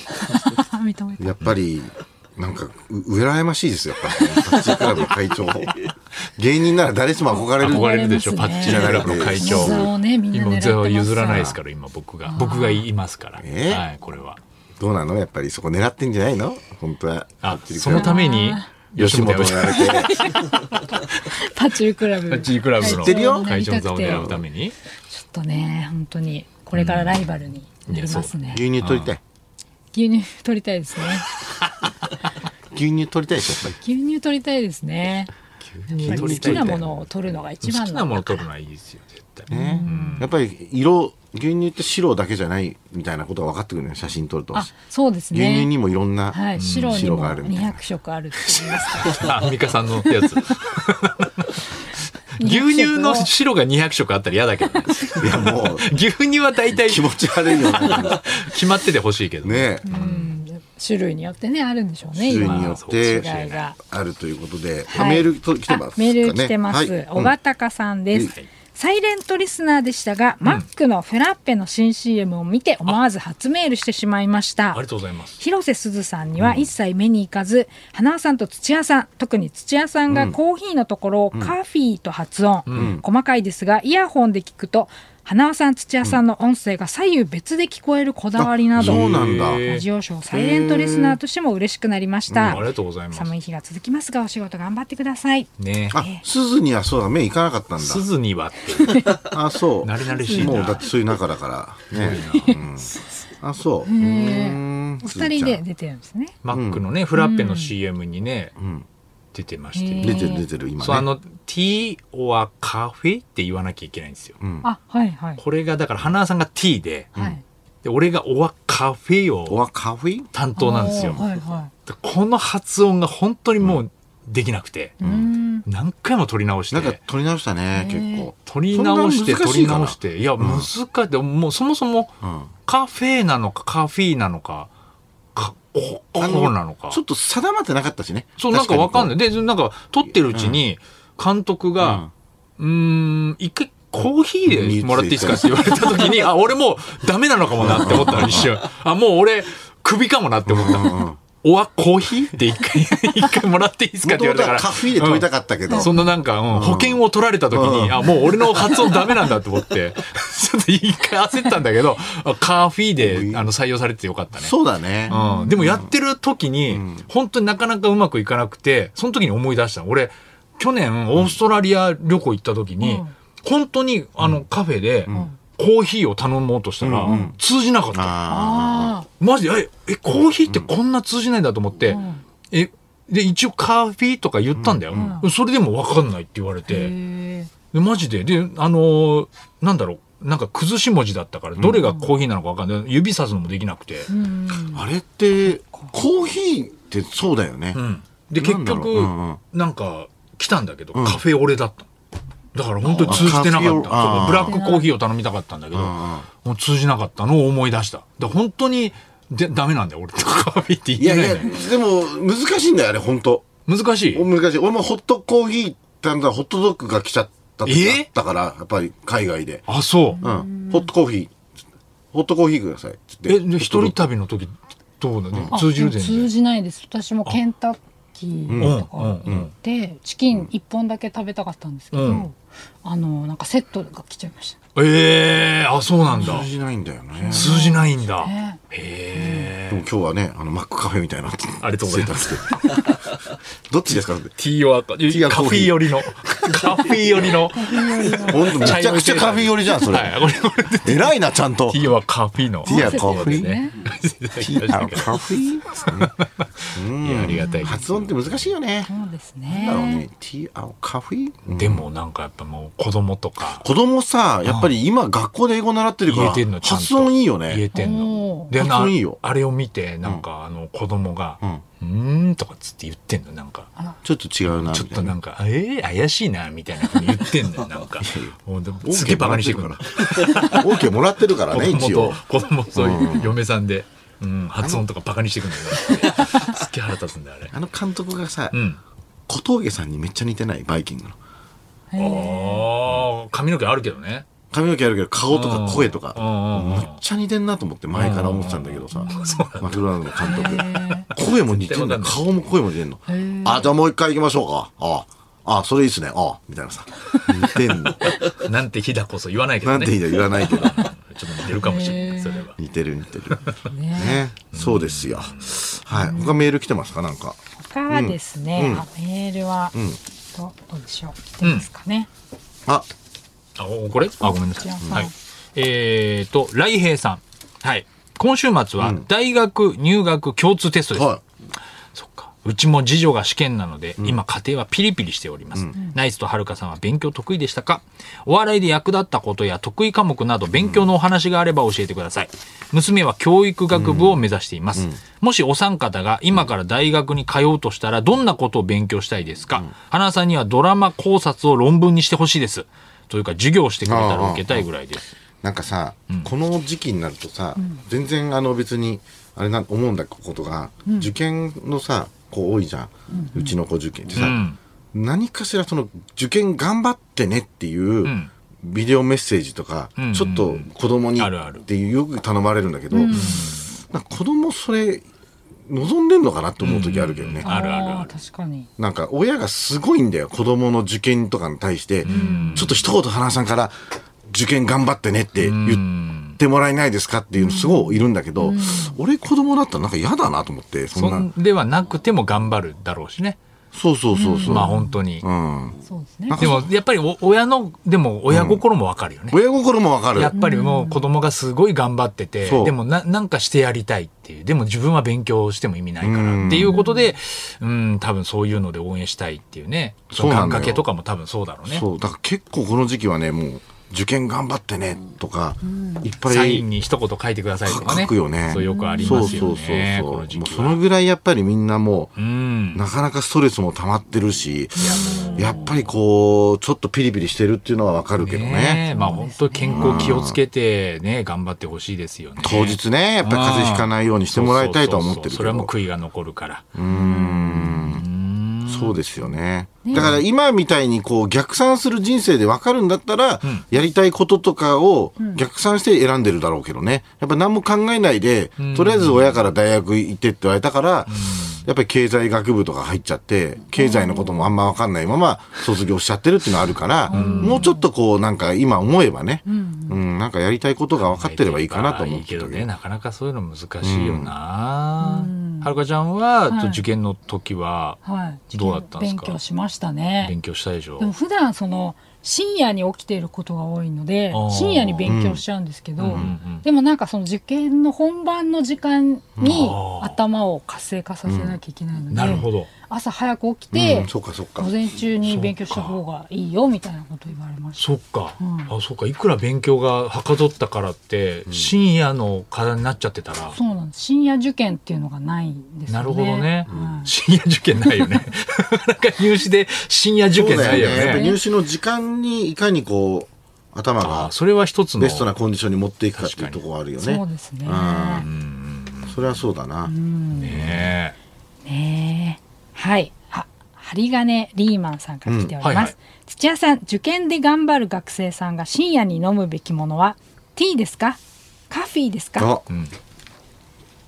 Speaker 2: 認めた。
Speaker 4: やっぱり、なんか、う羨ましいですよ、やっぱり。パッチクラブの 会長。芸人なら誰しも憧れる。
Speaker 3: 憧れるでしょ、パ
Speaker 2: 憧れますね
Speaker 3: ッチリクラブの会長
Speaker 4: お座
Speaker 2: をねみんな狙って
Speaker 3: 今
Speaker 2: ます
Speaker 3: 座は譲らないですから今僕が僕が言いますから
Speaker 4: え
Speaker 3: はいこれは
Speaker 4: どうなのやっぱりそこ狙ってんじゃないの本当は。
Speaker 3: あそのために吉
Speaker 4: 吉
Speaker 3: 本
Speaker 4: 本
Speaker 3: が
Speaker 4: やられて。
Speaker 2: パチルクラブ。
Speaker 3: パッチリクラブ
Speaker 2: 会長を
Speaker 3: の
Speaker 4: ってるよ
Speaker 2: な
Speaker 3: 会
Speaker 2: り
Speaker 3: 長の
Speaker 2: た
Speaker 3: 座
Speaker 2: く
Speaker 3: を
Speaker 2: て
Speaker 3: 狙うため
Speaker 2: ち
Speaker 3: に
Speaker 2: ょっとね本当にこれからライバルになりますね。
Speaker 4: 牛乳取りたい。
Speaker 2: 牛乳取りたいですね。
Speaker 4: 牛乳取りたいでしょ、やっぱ
Speaker 2: 牛乳取りたいですね。やっぱり好きなものを取るのが一
Speaker 3: 好
Speaker 2: 番
Speaker 3: きなもの取るのはいいですよ絶
Speaker 4: り。
Speaker 3: 対
Speaker 4: ねやっぱり色、牛乳って白だけじゃないみたいなことが分かってくるのよ、写真撮ると。
Speaker 2: あ
Speaker 4: 牛
Speaker 2: そうですね。
Speaker 4: 乳にもいろんな
Speaker 2: はい、白に
Speaker 4: 白
Speaker 2: も
Speaker 4: があるみたいな
Speaker 2: 200。色あるって言いますか
Speaker 3: あアンミカさんのや つ牛乳の白が200色あったら嫌だけどね
Speaker 4: いや、もう、
Speaker 3: 牛乳は大体
Speaker 4: 気持 ち悪いよね。
Speaker 3: 決まっててほしいけど
Speaker 4: ね
Speaker 2: 種類によってねあるんでしょうね
Speaker 4: 種類
Speaker 2: 今
Speaker 4: によって
Speaker 2: 違いが
Speaker 4: あるということで、
Speaker 2: はい
Speaker 4: メールと来てますか
Speaker 2: あメ
Speaker 4: ね。
Speaker 2: ール来てます、
Speaker 4: はい
Speaker 2: 小。
Speaker 4: うん
Speaker 2: 川隆さんです、
Speaker 4: はい
Speaker 2: サイレントリスナーでしたが、マックのフラッペの新 CM を見て思わず初メールしてしまいました。
Speaker 3: ありがとうございます。
Speaker 2: 広瀬すずさんには一切目に行かず、花輪さんと土屋さん特に土屋さんがコーヒーのところをカフィーと発音、細かいですがイヤホンで聞くと花輪さん土屋さんの音声が左右別で聞こえるこだわりなど
Speaker 4: あそうなんだ
Speaker 2: ラジオショーサイレントリスナーとしても嬉しくなりました、
Speaker 3: ありがとうございます。
Speaker 2: 寒い日が続きますがお仕事頑張ってください
Speaker 3: ね
Speaker 4: あ、鈴にはそうだ、目いかなかったんだ。
Speaker 3: 鈴にはっていう。
Speaker 4: あ、そう。
Speaker 3: 慣れ慣れしいな
Speaker 4: もうだってそういう中だから。ね。うんあ、そう。うーん
Speaker 2: お二人で。出てるんですね
Speaker 3: マックのね、フラッペの CM にね、出てまして
Speaker 4: 鈴
Speaker 3: ね。
Speaker 4: ちゃん出てる出てる、今ね。
Speaker 3: そう、あの、tea or coffee って言わなきゃいけないんですよ。
Speaker 2: あはいはい
Speaker 3: これが、だから、花輪さんが tea で、
Speaker 2: はい
Speaker 3: で俺が or カフェ
Speaker 4: お
Speaker 3: を
Speaker 4: わ、カフェ
Speaker 3: 担当なんですよ。
Speaker 2: おーはいは
Speaker 3: でこの発音が本当にもうできなくて、
Speaker 2: いうん
Speaker 3: 何回も取り直し
Speaker 4: なんか
Speaker 3: て。
Speaker 4: 取り直したね、結構。
Speaker 3: 取り直して、
Speaker 4: そんな難
Speaker 3: 取
Speaker 4: しい
Speaker 3: り
Speaker 4: かな
Speaker 3: 直して。いや、難しい。もうそもそも、
Speaker 4: うん。
Speaker 3: カフェなのか、カフィーなのか、か、こ、こ
Speaker 4: あの
Speaker 3: うなのか。
Speaker 4: ちょっと定まってなかったしね。。
Speaker 3: そう、なんかわかんないい。で、なんか、撮ってるうちに、監督が、うーん、一回、コーヒーでもらっていいですかって言われた時に、あ、俺もうダメなのかもなって思ったの、一瞬。あ、もう俺、首かもなって思った。おわ、コーヒーって一回、 一回もらっていいですか
Speaker 4: も
Speaker 3: って言
Speaker 4: と
Speaker 3: われたか
Speaker 4: もとは
Speaker 3: ら。
Speaker 4: カフェで取りたかったけど。
Speaker 3: そんななんか、うん保険を取られた時に、あ、もう俺の発音ダメなんだと思って、 ちょっと一回焦ったんだけど、あカーフィーであの採用されててよかったね。
Speaker 4: そうだね。
Speaker 3: うん、でもやってる時に、本当になかなかうまくいかなくて、その時に思い出したの俺、去年オーストラリア旅行行った時に、
Speaker 2: うん
Speaker 3: 本当にあのカフェで、コーヒーを頼もうとしたら、通じなかった。
Speaker 4: あ
Speaker 2: あ
Speaker 3: マジで、え、えコーヒーってこんな通じないんだと思って、
Speaker 2: ん
Speaker 3: え、で、一応カーフィーとか言ったんだよ。それでもわかんないって言われ
Speaker 2: ーへ
Speaker 3: て、
Speaker 2: ー
Speaker 3: でマジで、で、あのーなんだろう、なんか崩し文字だったから、どれがコーヒーなのかわかんない。指さすのもできなくて。
Speaker 2: うん
Speaker 4: あ。あれって、コーヒーってそうだよね。
Speaker 3: で
Speaker 4: な
Speaker 3: 結
Speaker 4: んだろう
Speaker 3: 局、
Speaker 4: うんうん
Speaker 3: なんか来たんだけど、カフェオレだっただから本当に通じてなかった
Speaker 4: あカフェ
Speaker 3: そう
Speaker 4: オレあー
Speaker 3: ブラックコーヒーを頼みたかったんだけど、もう通じなかったのを思い出したで本当にでダメなんだよ俺 とカフェって
Speaker 4: いや
Speaker 3: 言え
Speaker 4: い
Speaker 3: ない
Speaker 4: や、
Speaker 3: のよ
Speaker 4: でも難しいんだよ、あれ、本当
Speaker 3: 難しい
Speaker 4: 難しい。俺もホットコーヒー頼んだらホットドッグが来ちゃった時あったから、やっぱり海外で。
Speaker 3: あそう、
Speaker 4: うん。ホットコーヒー、ホットコーヒーください。つって
Speaker 3: えで一人旅の時どうだね
Speaker 2: あ
Speaker 3: 通じる
Speaker 2: で
Speaker 3: 全
Speaker 2: も
Speaker 3: 然
Speaker 2: 通じないです私もケンタッキーとか
Speaker 3: うんうんう
Speaker 2: 行
Speaker 3: ん
Speaker 2: ってチキン1本だけ食べたかったんですけど、
Speaker 3: うん
Speaker 2: あのなんかセットが来ちゃいまし
Speaker 3: ええー、あそうなんだ
Speaker 4: 通じないんだよね。
Speaker 3: 通じないんだ
Speaker 2: たね
Speaker 3: へえ
Speaker 4: でも今日はね、あの、マックカフェみたいな。あ。
Speaker 3: ありがとうございます
Speaker 4: どっちですかって
Speaker 3: ティーオアカフ
Speaker 4: ィーアコーヒー
Speaker 3: ェ寄 りのカフェ寄りの
Speaker 4: ほんとめちゃくちゃカフェ寄りじゃん、それ。
Speaker 3: はいこれこれ
Speaker 4: 偉いな、ちゃんと。
Speaker 3: ティーはカフィーの。
Speaker 4: ティーはカフィー
Speaker 3: ね。
Speaker 4: ティーあカフェ
Speaker 3: いやありがたい。
Speaker 4: 発音って難しいよね。
Speaker 2: そうです
Speaker 4: なんだろう
Speaker 2: ね
Speaker 4: ね。ティーあカフェ
Speaker 3: でもなんかやっぱもう子供とか
Speaker 4: 子供さ、やっぱり今学校で英語習ってるか
Speaker 3: 言え
Speaker 4: ら
Speaker 3: てんの、ちゃんと。
Speaker 4: 発音いいよ
Speaker 3: 言え
Speaker 4: ね。
Speaker 3: てんの
Speaker 2: お。ー
Speaker 3: で、な
Speaker 4: 発音いいよ
Speaker 3: あれを見て、なんかあの子供が、うーんとかっつって言ってんの、なんか。
Speaker 4: ちょっと違うな。
Speaker 3: ちょっと
Speaker 4: み
Speaker 3: な
Speaker 4: た
Speaker 3: いんか、えー、怪しいな、みたいなこと言ってんのよ、なん か。もうでもすげえバカにしてくるから。
Speaker 4: な。OK もらってるから
Speaker 3: 子
Speaker 4: ね、
Speaker 3: 供
Speaker 4: 一応
Speaker 3: と。、子供そういう嫁さんで、うん、発音とかバカにしてくる のよ。すっげえ腹立つんだよ、あれ。
Speaker 4: あの監督がさ
Speaker 3: う、ん。
Speaker 4: 小峠さんにめっちゃ似てない、バイキングの。
Speaker 2: へー
Speaker 3: ああ、髪の毛あるけどね。
Speaker 4: 髪の毛あるけど、顔と
Speaker 3: うん
Speaker 4: か声と
Speaker 3: う
Speaker 4: か。
Speaker 3: んうん
Speaker 4: め
Speaker 3: う
Speaker 4: っ
Speaker 3: ん。
Speaker 4: ちゃ似てんなと思って前から思ってたんだけど さ、マクドナルドの監
Speaker 2: へ
Speaker 4: 督。声も似て
Speaker 3: 絶対
Speaker 4: ん
Speaker 3: わか
Speaker 4: の
Speaker 3: んない
Speaker 4: 顔も声も似てんの。あ、じゃあもう一回行きましょうか。ああ、あそれいいっすね。あみたいなさ。似てん の。
Speaker 3: なんて日だこそ言わないけ
Speaker 4: な
Speaker 3: ど
Speaker 4: ん
Speaker 3: ね。
Speaker 4: て言うんだ言わないけど。
Speaker 3: ちょっと似てるかもしれない、それは。
Speaker 4: 似てる似てる。ね。そうですよ。はい。他メール来てますかなんか。
Speaker 2: 他はですね、あメールは、どどうでしょう来てますかね、
Speaker 4: あ、
Speaker 3: あ、おこれあ、ごめんなさい。
Speaker 2: じゃあ
Speaker 3: はい。えーと、来平さん。はい。今週末は大学入学共通テストです。
Speaker 4: は
Speaker 3: そっか。うちも次女が試験なので、今家庭はピリピリしております。ナイスとはるかさんは勉強得意でしたかお笑いで役立ったことや得意科目など勉強のお話があれば教えてください。娘は教育学部を目指しています。もしお三方が今から大学に通うとしたらどんなことを勉強したいですか、花さんにはドラマ考察を論文にしてほしいです。というか授業をしてくれたら受けたいぐらいです。
Speaker 4: い。なんかさ、この時期になるとさ、全然あの別に、あれな、思うんだことが、受験のさ、子多いじゃん。うちの子受験ってさ、
Speaker 3: ん
Speaker 4: 何かしらその受験頑張ってねっていう、ビデオメッセージとか、
Speaker 3: ん
Speaker 4: ちょっと子供に
Speaker 3: あるある
Speaker 4: っていうよく頼まれるんだけど、なんか子供それ望んでんのかなって思う時あるけどね、
Speaker 3: あるあるある
Speaker 2: ー確かに
Speaker 4: なんか親がすごいんだよ子供の受験とかに対して、ちょっと一言花さんから受験頑張ってねって言ってもらえないですかっていうのすごいいるんだけど、俺子供だったらなんか嫌だなと思ってそん
Speaker 3: そ
Speaker 4: なん
Speaker 3: ではなくても頑張るだろうしね。
Speaker 4: そうそうそうそう、
Speaker 3: まあ本当に。
Speaker 4: うん、
Speaker 2: そうですね
Speaker 3: でもやっぱりお親の、でも親心もわかるよね。
Speaker 4: 親心もわかる
Speaker 3: やっぱりもう子供がすごい頑張ってて、
Speaker 4: そう
Speaker 3: でもななんかしてやりたいっていうでも自分は勉強しても意味ないからっていうことでうん多分そういうので応援したいっていうねそ
Speaker 4: そう
Speaker 3: の
Speaker 4: な
Speaker 3: 願
Speaker 4: んだよ
Speaker 3: 掛けとかも多分そうだろうね
Speaker 4: そうだから結構この時期はねもう受験頑張ってねとか、いっぱい
Speaker 3: サインに一言書いてくださいとかね
Speaker 4: 書くよね
Speaker 3: そうよくありますよ
Speaker 4: そうそう
Speaker 3: ね
Speaker 4: そ
Speaker 3: こ
Speaker 4: うそう
Speaker 3: の時
Speaker 4: もう
Speaker 3: 期
Speaker 4: そ
Speaker 3: は
Speaker 4: のぐらいやっぱりみんなもう、
Speaker 3: うん
Speaker 4: なかなかストレスも溜まってるし、やっぱりこう、ちょっとピリピリしてるっていうのはわかるけどね。
Speaker 3: ねえまあ本当健康気をつけてね頑張ってほしいですよね
Speaker 4: 当日ね、やっぱり風邪ひかないようにしてもらいたいとは思ってる
Speaker 3: そうそうそうそう
Speaker 4: けど。
Speaker 3: それはもう悔いが残るから
Speaker 4: そうですよね。だから今みたいにこう逆算する人生で分かるんだったら、やりたいこととかを逆算して選んでるだろうけどね。やっぱ何も考えないで、とりあえず親から大学行ってって言われたから、やっぱり経済学部とか入っちゃって、経済のこともあんま分かんないまま卒業しちゃってるっていうのはあるから、もうちょっとこうなんか今思えばね、うん、なんかやりたいことが分かってればいいかなと思
Speaker 3: いういけ
Speaker 4: け
Speaker 3: ど
Speaker 4: ど
Speaker 3: ね
Speaker 4: ね。
Speaker 3: なかなかそういうの難しいよな、はるかちゃんは、
Speaker 2: はい
Speaker 3: 受験の時は
Speaker 2: はい
Speaker 3: どうだったんですか
Speaker 2: 勉強しましたね
Speaker 3: 勉強したでしょ
Speaker 2: でも普段その深夜に起きていることが多いので
Speaker 3: あー
Speaker 2: 深夜に勉強しちゃうんですけど、
Speaker 3: うんうん
Speaker 2: でもなんかその受験の本番の時間に
Speaker 3: あー
Speaker 2: 頭を活性化させなきゃいけないので、
Speaker 3: なるほど
Speaker 2: 朝早く起き
Speaker 4: う
Speaker 2: て
Speaker 4: ん、そっかそっか
Speaker 2: 午。前中に勉強した方がいいよみたいなこと言われました。
Speaker 3: そっか、あそっかいくら勉強がはかどったからって、深夜の課になっちゃってたら、
Speaker 2: そうなんです深夜受験っていうのがないんですよね。
Speaker 3: なるほどね、
Speaker 2: はい
Speaker 3: 深夜受験ないよね なんか入試で深夜受験ないよ
Speaker 4: そうだやっぱ
Speaker 3: ね
Speaker 4: 入試の時間にいかにこう、頭
Speaker 3: あ
Speaker 4: が
Speaker 3: あそれは一つの
Speaker 4: ベストなコンディションに持っていくかっていうところはあるよ
Speaker 2: そう
Speaker 4: ね。
Speaker 2: ですね。
Speaker 4: それはそうだな。
Speaker 3: ね
Speaker 2: ねえはい。は針金リーマンさんから来ております、
Speaker 3: うんはいはい
Speaker 2: 土屋さん、受験で頑張る学生さんが深夜に飲むべきものは、ティーですかカフィーですか
Speaker 4: あ、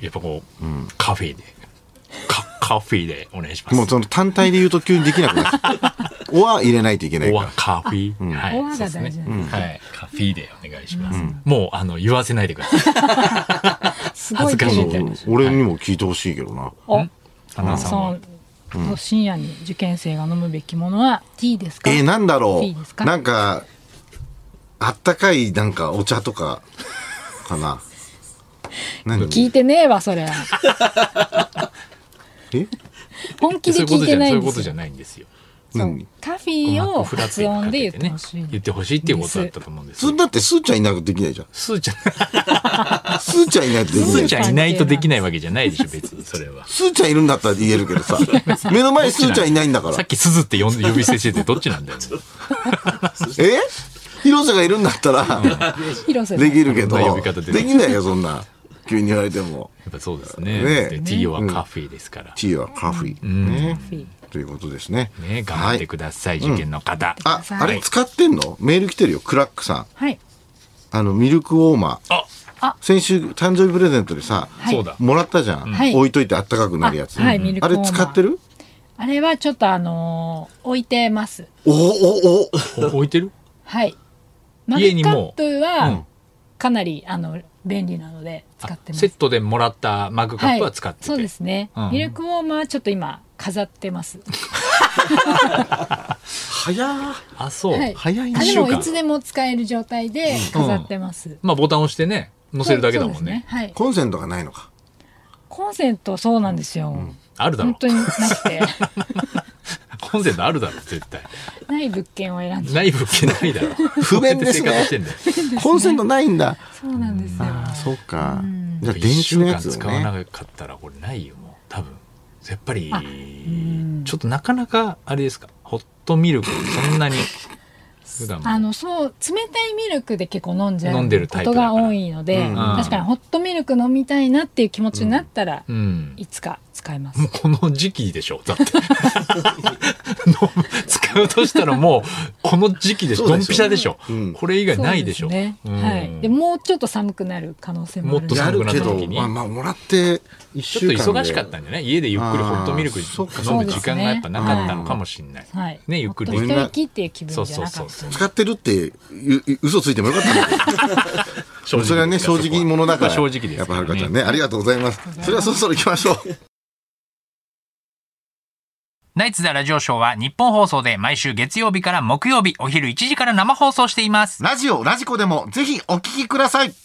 Speaker 3: やっぱこう、カフェでカカフェでお願いします
Speaker 4: もうその単体で言うと急にできなくな る。おは入れないといけない
Speaker 3: お
Speaker 4: か
Speaker 3: わ
Speaker 4: ら。
Speaker 3: カフィー。は
Speaker 2: おわが
Speaker 3: そうですね
Speaker 2: 大事なん
Speaker 3: うんはい。カフィーでお願いします。もう、あの、言わせないでください。
Speaker 2: す
Speaker 3: 恥ずかしい
Speaker 2: ティー
Speaker 3: ね
Speaker 2: で
Speaker 4: そう俺にも聞いてほしいけどな。
Speaker 2: お
Speaker 3: アナさんは
Speaker 2: その、深夜に受験生が飲むべきものは、ティーですか
Speaker 4: えー、なんだろ
Speaker 2: いいです
Speaker 4: う。
Speaker 2: か
Speaker 4: なんか、あったかいなんかお茶とか、かな。何
Speaker 2: 聞いてねえわ、そ れ。
Speaker 4: え
Speaker 2: 本気
Speaker 3: そうい
Speaker 2: で
Speaker 3: う
Speaker 2: 聞い
Speaker 3: ことじ
Speaker 2: て
Speaker 3: ゃな、
Speaker 2: ないいで
Speaker 3: そうんいうこと
Speaker 2: す
Speaker 3: じゃ
Speaker 2: よ。
Speaker 3: ないんですよ。
Speaker 4: 何
Speaker 2: カフィー
Speaker 3: うま
Speaker 2: を
Speaker 3: くフラット
Speaker 2: 発
Speaker 3: に
Speaker 2: 音で言っ
Speaker 3: かけ
Speaker 2: てほしい、
Speaker 3: 言ってほしいっていうことだったと思うんです
Speaker 4: そ。れだってスーちゃんいなくできないじゃん。
Speaker 3: スーちゃん、
Speaker 4: スーちゃんいないとでき
Speaker 3: ス
Speaker 4: な
Speaker 3: ー
Speaker 4: い
Speaker 3: ち
Speaker 4: じゃん。
Speaker 3: ゃんいないとできないわけじゃないでしょ、別に、それは。
Speaker 4: スーちゃんいるんだったら言えるけどさ。目の前にスーちゃんいないんだから
Speaker 3: さっ。きスズって呼ん呼び捨てしてて、どっちなんだよ。
Speaker 4: え広瀬がいるんだったら、
Speaker 2: 広瀬さん
Speaker 4: できるけど
Speaker 3: そんな呼び方。で
Speaker 4: できないよ、そんな。急に言われても。
Speaker 3: やっぱそうですね。
Speaker 4: ね
Speaker 3: で T はカフィーですから。
Speaker 4: T はカフィー。ね
Speaker 2: フィー。
Speaker 4: ということですね。
Speaker 3: ね頑張ってください、受験の方。
Speaker 4: はい。
Speaker 2: さい
Speaker 4: あ、あれ使ってんのメール来てるよ。クラックさん。
Speaker 2: はい。
Speaker 4: あの、ミルクウォーマー。
Speaker 3: あ、
Speaker 4: 先週、誕生日プレゼントでさ、
Speaker 2: い
Speaker 3: そうだ。
Speaker 4: もらったじゃん。
Speaker 2: はい
Speaker 4: 置いといてあったかくなるやつ。
Speaker 2: あはいミルク
Speaker 4: あ
Speaker 2: ウォー
Speaker 4: れ
Speaker 2: マー
Speaker 4: 使ってる
Speaker 2: あれはちょっとあのー置いてます。
Speaker 4: おおお
Speaker 3: お置いてる
Speaker 2: はい。マ
Speaker 3: 家
Speaker 2: グ
Speaker 3: に
Speaker 2: カ
Speaker 3: も
Speaker 2: ップはかなり、あの便利なので使ってます。
Speaker 3: セットでもらったマグカップは使ってて。
Speaker 2: そうですね、
Speaker 3: うん
Speaker 2: ミルクウォーマーはちょっと今飾ってます。
Speaker 4: 早
Speaker 3: あ、そう。
Speaker 2: はい。
Speaker 4: 早いね
Speaker 2: あで
Speaker 3: 一週
Speaker 2: も
Speaker 3: 間
Speaker 2: いつでも使える状態で飾ってます。
Speaker 3: まあ、ボタン押してね、載せるだけだも
Speaker 2: そ
Speaker 3: ん
Speaker 2: うです
Speaker 3: ね。
Speaker 2: はい。
Speaker 4: コンセントがないのか。
Speaker 2: コンセントそうなんですよ。
Speaker 3: あるだろ
Speaker 2: 本
Speaker 3: う。
Speaker 2: 当になくて
Speaker 3: コンセントあるだろ、絶対。
Speaker 2: ない物件を選んで。
Speaker 3: ない物件ない だろ。
Speaker 4: 不便ですね
Speaker 3: どうやって生活してんだよ
Speaker 4: コンセントないんだ。
Speaker 2: そうなんですよ。
Speaker 4: あ、そうか。じゃあ電
Speaker 3: 一
Speaker 4: 池
Speaker 3: 週
Speaker 4: の
Speaker 3: 間
Speaker 4: やつを
Speaker 3: 使わ
Speaker 4: ね。
Speaker 3: なかったら、これないよ、もう。多分。やっぱり、ちょっとなかなか、あれですか、ホットミルク、そんなに普段も
Speaker 2: あのそう冷たいミルクで結構飲んじゃ
Speaker 3: 飲
Speaker 2: うん
Speaker 3: で
Speaker 2: こ
Speaker 3: るタイプ
Speaker 2: と
Speaker 3: だから
Speaker 2: が多いので、
Speaker 4: うん
Speaker 2: 確かにホットミルク飲みたいなっていう気持ちになったら、
Speaker 3: うん
Speaker 2: いつか使います
Speaker 3: もうこの時期でしょだって の使うとしたらもうこの時期でしょ
Speaker 4: そ
Speaker 3: ド
Speaker 4: うで
Speaker 3: ン
Speaker 4: しょ
Speaker 3: ピシャでしょ、
Speaker 4: うん
Speaker 3: これ以外ないでし
Speaker 2: そ
Speaker 3: ょ
Speaker 2: うすね
Speaker 3: うん
Speaker 2: はい、でもうちょっと寒くなる可能性もある
Speaker 3: もっと
Speaker 4: や
Speaker 3: 寒
Speaker 4: る
Speaker 3: くなっ
Speaker 4: け
Speaker 3: た
Speaker 4: ど
Speaker 3: 時に
Speaker 4: まあまあもらって1
Speaker 3: ち
Speaker 4: 週
Speaker 3: ょっ
Speaker 4: 間
Speaker 3: と
Speaker 4: で
Speaker 3: 忙しかったんでね家でゆっくり
Speaker 4: あ
Speaker 3: ホ
Speaker 4: ー
Speaker 3: ットミルク
Speaker 4: そうか
Speaker 3: 飲む時間がやっぱなかったのかもしれない、
Speaker 2: はい、
Speaker 3: ねゆっくり
Speaker 2: ほっと一息っていう気分じゃなか
Speaker 3: そう
Speaker 2: っ
Speaker 3: そう
Speaker 2: た
Speaker 3: そ
Speaker 4: 使ってるってゆゆ嘘ついてもよかったんだけど
Speaker 3: 正
Speaker 4: それはね正直者だから
Speaker 3: 正直です
Speaker 4: やっぱはるかちゃんねありがとうございますそれはそろそろ行きましょう
Speaker 5: ナイツザラジオショーは日本放送で毎週月曜日から木曜日お昼1時から生放送しています。
Speaker 4: ラジオラジコでもぜひお聞きください